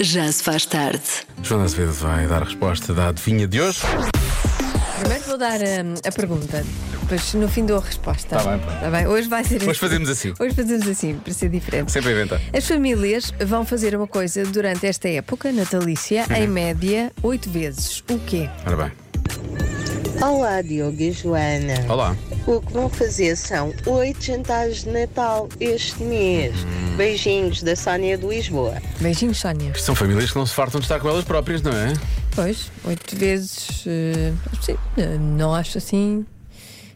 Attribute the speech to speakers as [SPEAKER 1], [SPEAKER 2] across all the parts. [SPEAKER 1] Já se faz tarde.
[SPEAKER 2] Joana Azevedo vai dar a resposta da adivinha de hoje.
[SPEAKER 3] Primeiro vou dar hum, a pergunta, depois no fim dou a resposta.
[SPEAKER 2] Tá bem, pronto.
[SPEAKER 3] Tá bem. Hoje vai ser
[SPEAKER 2] Hoje
[SPEAKER 3] assim.
[SPEAKER 2] fazemos assim.
[SPEAKER 3] Hoje fazemos assim, para ser diferente.
[SPEAKER 2] Sempre a inventar.
[SPEAKER 3] As famílias vão fazer uma coisa durante esta época natalícia,
[SPEAKER 2] Uhum.
[SPEAKER 3] em média, oito vezes. O quê?
[SPEAKER 2] Ora bem.
[SPEAKER 4] Olá, Diogo e Joana.
[SPEAKER 2] Olá.
[SPEAKER 4] O que vão fazer são oito jantares de Natal este mês. Beijinhos da Sónia de Lisboa.
[SPEAKER 3] Beijinhos, Sónia.
[SPEAKER 2] São famílias que não se fartam de estar com elas próprias, não é?
[SPEAKER 3] Pois, oito vezes. eh, sim, eh, não acho assim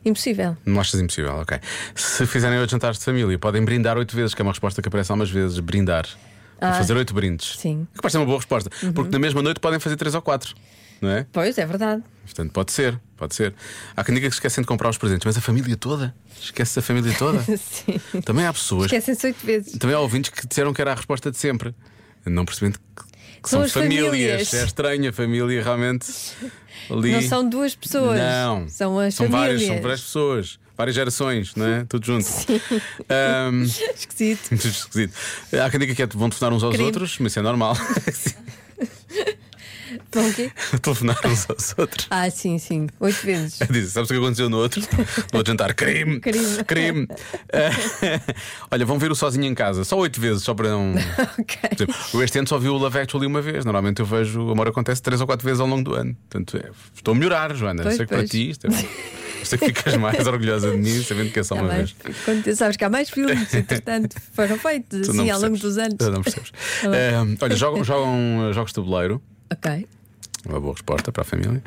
[SPEAKER 3] impossível.
[SPEAKER 2] Não achas impossível, ok. Se fizerem oito jantares de família, podem brindar oito vezes, que é uma resposta que aparece algumas vezes, brindar. Vou
[SPEAKER 3] Ah.
[SPEAKER 2] Fazer oito brindes.
[SPEAKER 3] Sim. Uhum.
[SPEAKER 2] Que parece ser uma boa resposta. Porque na mesma noite podem fazer três ou quatro, não é?
[SPEAKER 3] Pois, é verdade.
[SPEAKER 2] Portanto, pode ser, pode ser. Há quem diga que esquecem de comprar os presentes, mas a família toda? Esquece a família toda?
[SPEAKER 3] Sim.
[SPEAKER 2] Também há pessoas
[SPEAKER 3] Esquecem-se oito vezes.
[SPEAKER 2] Também há ouvintes que disseram que era a resposta de sempre, não percebendo que, que
[SPEAKER 3] São
[SPEAKER 2] são
[SPEAKER 3] as
[SPEAKER 2] famílias.
[SPEAKER 3] famílias.
[SPEAKER 2] É estranho, a família realmente ali.
[SPEAKER 3] Não são duas pessoas.
[SPEAKER 2] Não.
[SPEAKER 3] São as
[SPEAKER 2] são várias,
[SPEAKER 3] famílias.
[SPEAKER 2] são várias pessoas, várias gerações, não é? Tudo junto. Sim.
[SPEAKER 3] Esquisito.
[SPEAKER 2] esquisito. Há quem diga que é, vão telefonar uns aos
[SPEAKER 3] Crime.
[SPEAKER 2] outros, mas isso é normal.
[SPEAKER 3] Estão aqui?
[SPEAKER 2] telefonar uns aos outros.
[SPEAKER 3] Ah, sim, sim. Oito vezes.
[SPEAKER 2] Diz, sabes o que aconteceu no outro? No outro jantar, crime!
[SPEAKER 3] Crime.
[SPEAKER 2] crime. Ah, olha, vão ver o sozinho em casa, só oito vezes, só para não.
[SPEAKER 3] ok.
[SPEAKER 2] Por exemplo, Tipo, eu este ano só vi o Love Actually uma vez. Normalmente eu vejo o amor acontece três ou quatro vezes ao longo do ano. Portanto, é, estou a melhorar, Joana.
[SPEAKER 3] Pois,
[SPEAKER 2] sei que para
[SPEAKER 3] pois.
[SPEAKER 2] ti isto é- sei que ficas mais orgulhosa de mim, sabendo que é só
[SPEAKER 3] Há
[SPEAKER 2] uma
[SPEAKER 3] mais-
[SPEAKER 2] vez.
[SPEAKER 3] quando tu sabes que há mais filmes, entretanto, foram feitos
[SPEAKER 2] Tu não
[SPEAKER 3] assim ao longo
[SPEAKER 2] percebes.
[SPEAKER 3] dos anos.
[SPEAKER 2] Tu não percebes.
[SPEAKER 3] Tá bem.
[SPEAKER 2] Ahm, olha, jogam, jogam, ah, jogos de tabuleiro.
[SPEAKER 3] Ok.
[SPEAKER 2] Uma boa resposta para a família.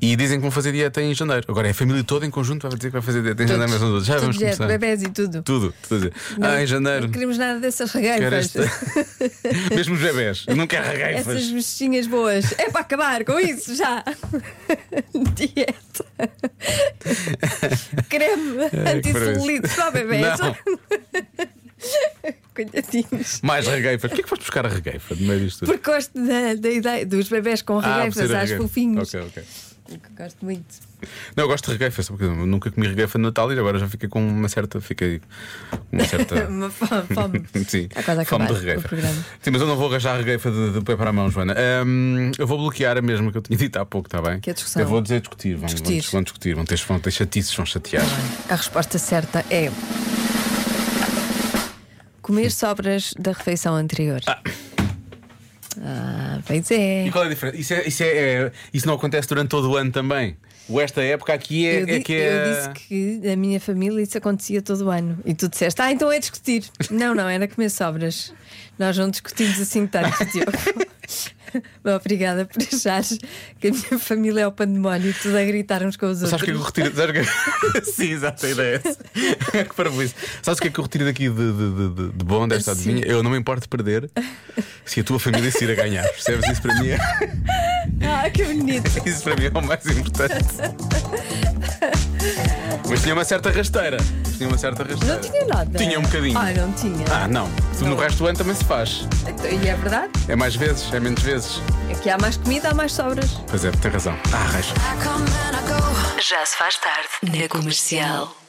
[SPEAKER 2] E dizem que vão fazer dieta em janeiro. Agora é a família toda em conjunto, vai dizer que vai fazer dieta em janeiro, mas não é todos. Já
[SPEAKER 3] tudo
[SPEAKER 2] vamos
[SPEAKER 3] jeito,
[SPEAKER 2] começar.
[SPEAKER 3] é bebés e tudo.
[SPEAKER 2] Tudo, tudo a dizer. Ah, em janeiro.
[SPEAKER 3] Não queremos nada dessas
[SPEAKER 2] quero
[SPEAKER 3] regueifas.
[SPEAKER 2] esta- Mesmo os bebés, não quero regaifas.
[SPEAKER 3] Essas mexinhas boas. É para acabar com isso já. Dieta. Creme
[SPEAKER 2] Ai, É, que
[SPEAKER 3] antissolito só bebés.
[SPEAKER 2] Não.
[SPEAKER 3] Coitadinhos.
[SPEAKER 2] Mais regueifas. Porquê que foste buscar a regueifa no meio disto tudo?
[SPEAKER 3] Porque gosto da, da ideia dos bebés com
[SPEAKER 2] Ah,
[SPEAKER 3] regueifas,
[SPEAKER 2] por ser a
[SPEAKER 3] às
[SPEAKER 2] regueifa.
[SPEAKER 3] fofinhos.
[SPEAKER 2] Ok, ok.
[SPEAKER 3] Gosto muito.
[SPEAKER 2] Não, eu gosto de regueifa, só porque eu nunca comi regueifa no Natal e agora já fiquei com uma certa. Fiquei com uma certa.
[SPEAKER 3] É Uma fome. fome.
[SPEAKER 2] Sim,
[SPEAKER 3] Está quase a
[SPEAKER 2] fome de
[SPEAKER 3] acabar o
[SPEAKER 2] regueifa.
[SPEAKER 3] programa.
[SPEAKER 2] Sim, mas eu não vou arranjar a regueifa de, de pé para a mão, Joana. Ahm, eu vou bloquear a mesma que eu tinha dito há pouco, está bem?
[SPEAKER 3] Que é discussão.
[SPEAKER 2] Eu vou dizer discutir, vão
[SPEAKER 3] Discutir. Tá
[SPEAKER 2] Vão, vão discutir, vão ter, vão ter chatices, vão chatear.
[SPEAKER 3] A resposta certa é. Comer sobras da refeição anterior. Ah, pois é.
[SPEAKER 2] E qual é a diferença? Isso, é- isso é- é- isso não acontece durante todo o ano também. O esta época aqui é,
[SPEAKER 3] Eu,
[SPEAKER 2] é
[SPEAKER 3] di-
[SPEAKER 2] que
[SPEAKER 3] eu
[SPEAKER 2] é.
[SPEAKER 3] disse que na minha família isso acontecia todo o ano. E tu disseste, ah, então é discutir. não, não, era comer sobras. Nós não discutimos assim tanto, Diogo. Bom, Obrigada por achares que a minha família é o pandemónio e tudo a gritar uns com os outros.
[SPEAKER 2] Sabes o que é que eu retiro? Sabes o que... Sim, exato, a ideia é essa. que parabéns. Sabes o que é que eu retiro daqui de, de, de- de- de bom desta
[SPEAKER 3] Sim.
[SPEAKER 2] adivinha? Eu não me importo de perder se a tua família se ir a ganhar. Percebes? Isso para mim é,
[SPEAKER 3] Ah, que bonito.
[SPEAKER 2] isso para mim é o mais importante. Mas tinha uma certa rasteira. Mas tinha uma certa rasteira.
[SPEAKER 3] Não tinha nada.
[SPEAKER 2] Tinha um bocadinho.
[SPEAKER 3] Ah, não tinha.
[SPEAKER 2] Ah, não. Tu No resto do ano também se faz.
[SPEAKER 3] Então, E é verdade?
[SPEAKER 2] É mais vezes, é menos vezes.
[SPEAKER 3] Aqui há mais comida, há mais sobras.
[SPEAKER 2] Pois é, tem razão. Ah, raios.
[SPEAKER 1] Já se faz tarde. Na comercial.